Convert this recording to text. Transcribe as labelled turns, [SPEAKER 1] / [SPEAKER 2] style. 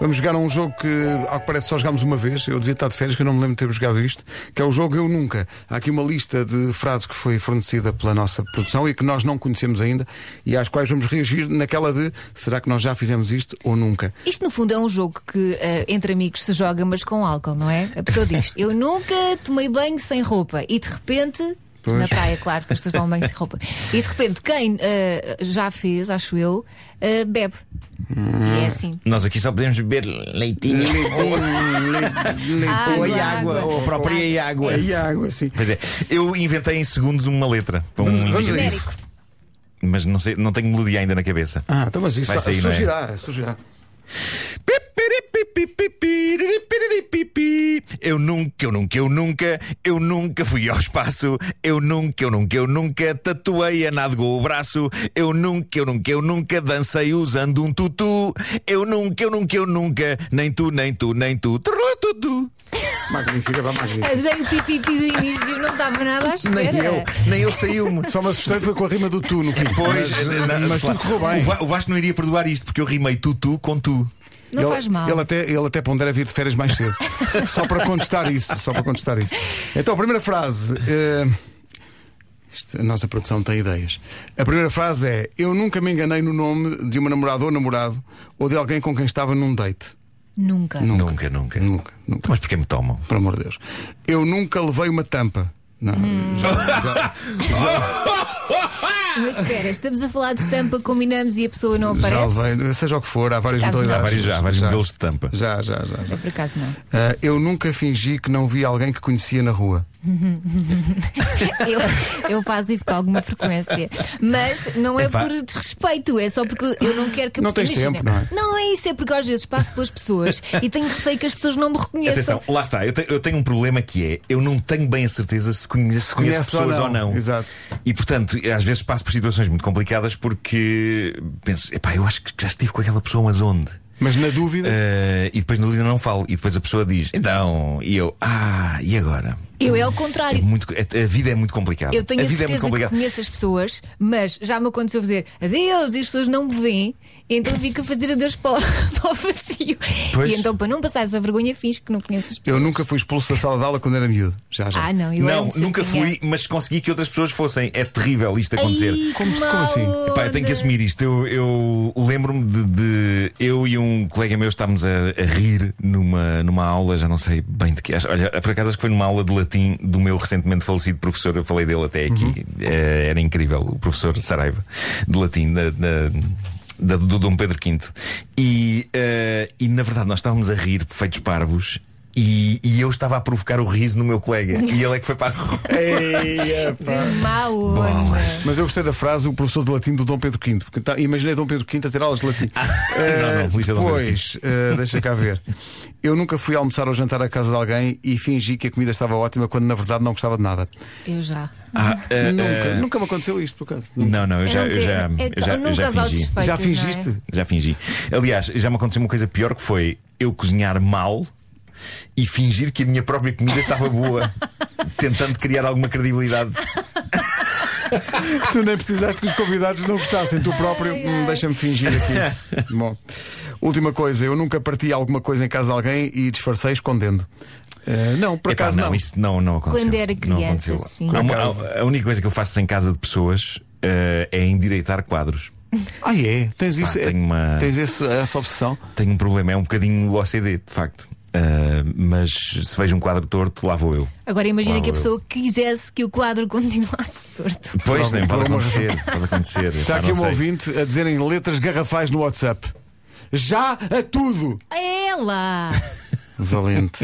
[SPEAKER 1] Vamos jogar a um jogo que, ao que parece, só jogámos uma vez. Eu devia estar de férias, que eu não me lembro de termos jogado isto. Que é o jogo Eu Nunca. Há aqui uma lista de frases que foi fornecida pela nossa produção e que nós não conhecemos ainda e às quais vamos reagir naquela de será que nós já fizemos isto ou nunca?
[SPEAKER 2] Isto, no fundo, é um jogo que eh, entre amigos se joga, mas com álcool, não é? A pessoa diz: Eu nunca tomei banho sem roupa. E de repente. isto
[SPEAKER 1] Pois.
[SPEAKER 2] Na praia, claro, porque as pessoas tomam banho sem roupa. E de repente, quem eh, já fez, acho eu, eh, bebe. E é assim.
[SPEAKER 3] Nós aqui só podemos beber leitinho ou
[SPEAKER 2] Água,
[SPEAKER 3] a água,
[SPEAKER 2] água.
[SPEAKER 3] ou a própria água.
[SPEAKER 1] E a água, sim.
[SPEAKER 3] Pois é, eu inventei em segundos uma letra para um
[SPEAKER 1] Vamos a
[SPEAKER 3] indivíduo,
[SPEAKER 1] isso.
[SPEAKER 3] mas não, sei, não tenho melodia ainda na cabeça.
[SPEAKER 1] Ah, então mas isso
[SPEAKER 3] Vai sair, não é?
[SPEAKER 1] surgirá, surgirá.
[SPEAKER 3] Eu nunca, eu nunca, eu nunca, eu nunca fui ao espaço. Eu nunca, eu nunca, eu nunca tatuei a nádegou o braço. Eu nunca, eu nunca, eu nunca dancei usando um tutu. Eu nunca, eu nunca, eu nunca, nem tu, nem tu, nem tu. Trulá, tutu.
[SPEAKER 1] Magnífica, vá, magnífica.
[SPEAKER 2] Adorei o pipipi do início, não estava nada à espera.
[SPEAKER 3] Nem eu, nem eu saiu-me.
[SPEAKER 1] Só me assustei foi com a rima do tu no fim.
[SPEAKER 3] Pois,
[SPEAKER 1] mas,
[SPEAKER 3] eh, na-
[SPEAKER 1] mas tudo correu
[SPEAKER 3] O
[SPEAKER 1] bem.
[SPEAKER 3] Va- O Vasco não iria perdoar isto porque eu rimei tutu com tu.
[SPEAKER 2] Não
[SPEAKER 1] ele,
[SPEAKER 2] faz mal.
[SPEAKER 1] Ele até, ele até pondera vir de férias mais cedo. só para contestar isso. Só para contestar isso. Então, a primeira frase. eh, isto, a nossa produção tem ideias. A primeira frase é: Eu nunca me enganei no nome de uma namorada ou namorado ou de alguém com quem estava num date.
[SPEAKER 2] Nunca.
[SPEAKER 3] Nunca, nunca. Então,
[SPEAKER 1] Nunca, nunca.
[SPEAKER 3] Mas porquê me tomam?
[SPEAKER 1] Por amor de Deus. Eu nunca levei uma tampa. Não.
[SPEAKER 2] Hum. Mas espera, estamos a falar de tampa, combinamos e a pessoa não
[SPEAKER 1] Já, já
[SPEAKER 2] aparece.
[SPEAKER 1] levei, seja o que for, há várias
[SPEAKER 2] Caso não.
[SPEAKER 1] modalidades.
[SPEAKER 2] Há
[SPEAKER 3] Vários já, vários modelos de tampa.
[SPEAKER 1] Já, já, já. já.
[SPEAKER 2] Eu, É, por acaso não.
[SPEAKER 1] Ah, eu nunca fingi que não vi alguém que conhecia na rua.
[SPEAKER 2] Eu, eu faço isso com alguma frequência. Mas não é
[SPEAKER 3] Epá.
[SPEAKER 2] por desrespeito, é só porque eu não quero que a
[SPEAKER 1] Não
[SPEAKER 2] pessoa.
[SPEAKER 1] tens
[SPEAKER 2] imagina,
[SPEAKER 1] tempo, não é?
[SPEAKER 2] Não é isso, é porque às vezes passo pelas pessoas e tenho receio que as pessoas não me reconheçam.
[SPEAKER 3] Atenção, lá está, eu, te- eu tenho um problema que é Eu não tenho bem a certeza se conheço, se conheço
[SPEAKER 1] Conhece ou
[SPEAKER 3] pessoas
[SPEAKER 1] não.
[SPEAKER 3] ou não.
[SPEAKER 1] Exato.
[SPEAKER 3] E portanto, às vezes passo por situações muito complicadas Porque penso, epá, eu acho que já estive com aquela pessoa mas onde?
[SPEAKER 1] Mas na dúvida.
[SPEAKER 3] Eh, e depois na dúvida não falo E depois a pessoa diz, então, e eu Ah, e agora?
[SPEAKER 2] Eu é o
[SPEAKER 3] É
[SPEAKER 2] contrário.
[SPEAKER 3] muito, a, a vida é muito complicada
[SPEAKER 2] Eu tenho
[SPEAKER 3] A
[SPEAKER 2] a,
[SPEAKER 3] vida é
[SPEAKER 2] certeza que
[SPEAKER 3] muito complicada
[SPEAKER 2] conheço as pessoas, mas já me aconteceu dizer adeus e as pessoas não me veem, então fico a fazer adeus para, o- para o vazio.
[SPEAKER 3] Pois.
[SPEAKER 2] E então, para não passar essa vergonha, finjo que não conheço as pessoas.
[SPEAKER 1] Eu nunca fui expulso da sala de aula quando era miúdo. Já, já.
[SPEAKER 2] Ah, não, eu era
[SPEAKER 3] Não,
[SPEAKER 2] muito
[SPEAKER 3] nunca
[SPEAKER 2] certinha.
[SPEAKER 3] fui, mas consegui que outras pessoas fossem É terrível isto acontecer
[SPEAKER 2] Ai,
[SPEAKER 1] Como-
[SPEAKER 2] que
[SPEAKER 1] como assim?
[SPEAKER 2] mau
[SPEAKER 3] Epá, eu tenho que
[SPEAKER 2] onda.
[SPEAKER 3] assumir isto. Eu, eu lembro-me de, de- eu e um colega meu estávamos a, a rir numa, numa aula, já não sei bem de que. acho- Olha, por acaso acho que foi numa aula de latim do meu recentemente falecido professor, eu falei dele até aqui. Eh, era incrível, o professor Saraiva de latim da- da- da- do Dom Pedro V. E, eh, e na verdade nós estávamos a rir, feitos parvos. E, e eu estava a provocar o riso no meu colega E ele é que foi para a rua
[SPEAKER 2] Que mau onda.
[SPEAKER 3] Bolas.
[SPEAKER 1] Mas eu gostei da frase o professor de latim do Dom Pedro V. Porque tá- imaginei Dom Pedro V a ter aulas de latim.
[SPEAKER 3] Ah, não, não, polícia Dom Pedro
[SPEAKER 1] Pois, deixa cá ver. Eu nunca fui almoçar ou jantar à casa de alguém e fingi que a comida estava ótima quando na verdade não gostava de nada.
[SPEAKER 2] Eu já.
[SPEAKER 3] Ah, eh,
[SPEAKER 1] Nunca,
[SPEAKER 3] eh,
[SPEAKER 1] nunca me aconteceu isto, por acaso.
[SPEAKER 3] Não, não, eu já,
[SPEAKER 2] não
[SPEAKER 3] eu
[SPEAKER 2] te-
[SPEAKER 3] já,
[SPEAKER 2] é-
[SPEAKER 3] eu já, eu
[SPEAKER 2] nunca
[SPEAKER 3] já
[SPEAKER 2] vá aos
[SPEAKER 3] fingi.
[SPEAKER 2] despeitos,
[SPEAKER 1] Já
[SPEAKER 2] não é?
[SPEAKER 1] fingiste?
[SPEAKER 3] Já fingi. Aliás, já me aconteceu uma coisa pior que foi eu cozinhar mal e fingir que a minha própria comida estava boa, tentando criar alguma credibilidade.
[SPEAKER 1] Tu nem precisaste que os convidados não gostassem. Tu próprio,
[SPEAKER 2] Ai,
[SPEAKER 1] hum,
[SPEAKER 2] ai.
[SPEAKER 1] deixa-me fingir aqui. Bom, última coisa, eu nunca parti alguma coisa em casa de alguém e disfarcei escondendo. Eh, não, por
[SPEAKER 3] Epá,
[SPEAKER 1] acaso
[SPEAKER 3] não,
[SPEAKER 1] não.
[SPEAKER 3] isso não, não aconteceu.
[SPEAKER 2] Quando era
[SPEAKER 3] Não
[SPEAKER 2] criança,
[SPEAKER 3] aconteceu.
[SPEAKER 2] sim.
[SPEAKER 3] Há uma-
[SPEAKER 1] Por
[SPEAKER 3] há- a única coisa que eu faço em casa de pessoas eh, é endireitar quadros.
[SPEAKER 1] Ah, é? Tens, isso,
[SPEAKER 3] tenho uma-
[SPEAKER 1] tens esse- essa obsessão?
[SPEAKER 3] Tenho um problema, é um bocadinho o OCD, de facto. Eh, mas se vejo um quadro torto, lá vou eu.
[SPEAKER 2] Agora imagina
[SPEAKER 3] Lá
[SPEAKER 2] que a
[SPEAKER 3] vou eu.
[SPEAKER 2] pessoa quisesse que o quadro continuasse torto.
[SPEAKER 3] Pois,
[SPEAKER 1] Por
[SPEAKER 3] nem pode
[SPEAKER 1] alguma
[SPEAKER 3] acontecer. Pode acontecer.
[SPEAKER 1] Está
[SPEAKER 3] Epá,
[SPEAKER 1] aqui
[SPEAKER 3] não
[SPEAKER 1] um
[SPEAKER 3] sei.
[SPEAKER 1] ouvinte a dizer em letras garrafais
[SPEAKER 2] É
[SPEAKER 1] no WhatsApp: Já a tudo!
[SPEAKER 2] Ela!
[SPEAKER 1] Valente.